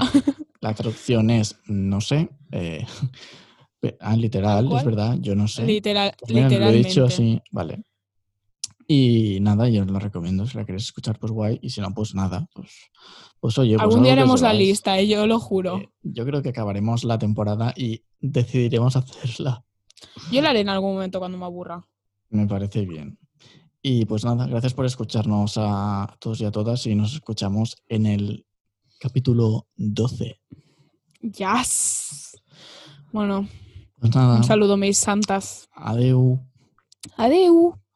Speaker 1: la traducción es no sé. eh, pe- ah, literal, es
Speaker 2: cual.
Speaker 1: verdad, yo no sé.
Speaker 2: Literal,
Speaker 1: Pues mira, lo he
Speaker 2: literalmente.
Speaker 1: dicho así, vale. Y nada, yo os lo recomiendo. Si la queréis escuchar, pues guay. Y si no, pues nada. Pues, pues oye, pues
Speaker 2: Algún día
Speaker 1: algo que os
Speaker 2: haremos la
Speaker 1: lleváis.
Speaker 2: lista, eh, yo lo juro.
Speaker 1: Eh, yo creo que acabaremos la temporada y decidiremos hacerla.
Speaker 2: Yo la haré en algún momento cuando me aburra.
Speaker 1: Me parece bien. Y pues nada, gracias por escucharnos a todos y a todas y nos escuchamos en el capítulo 12.
Speaker 2: Yes.
Speaker 1: Ah.
Speaker 2: Bueno,
Speaker 1: Pues nada,
Speaker 2: un saludo, mis santas.
Speaker 1: adeu.
Speaker 2: Adeu.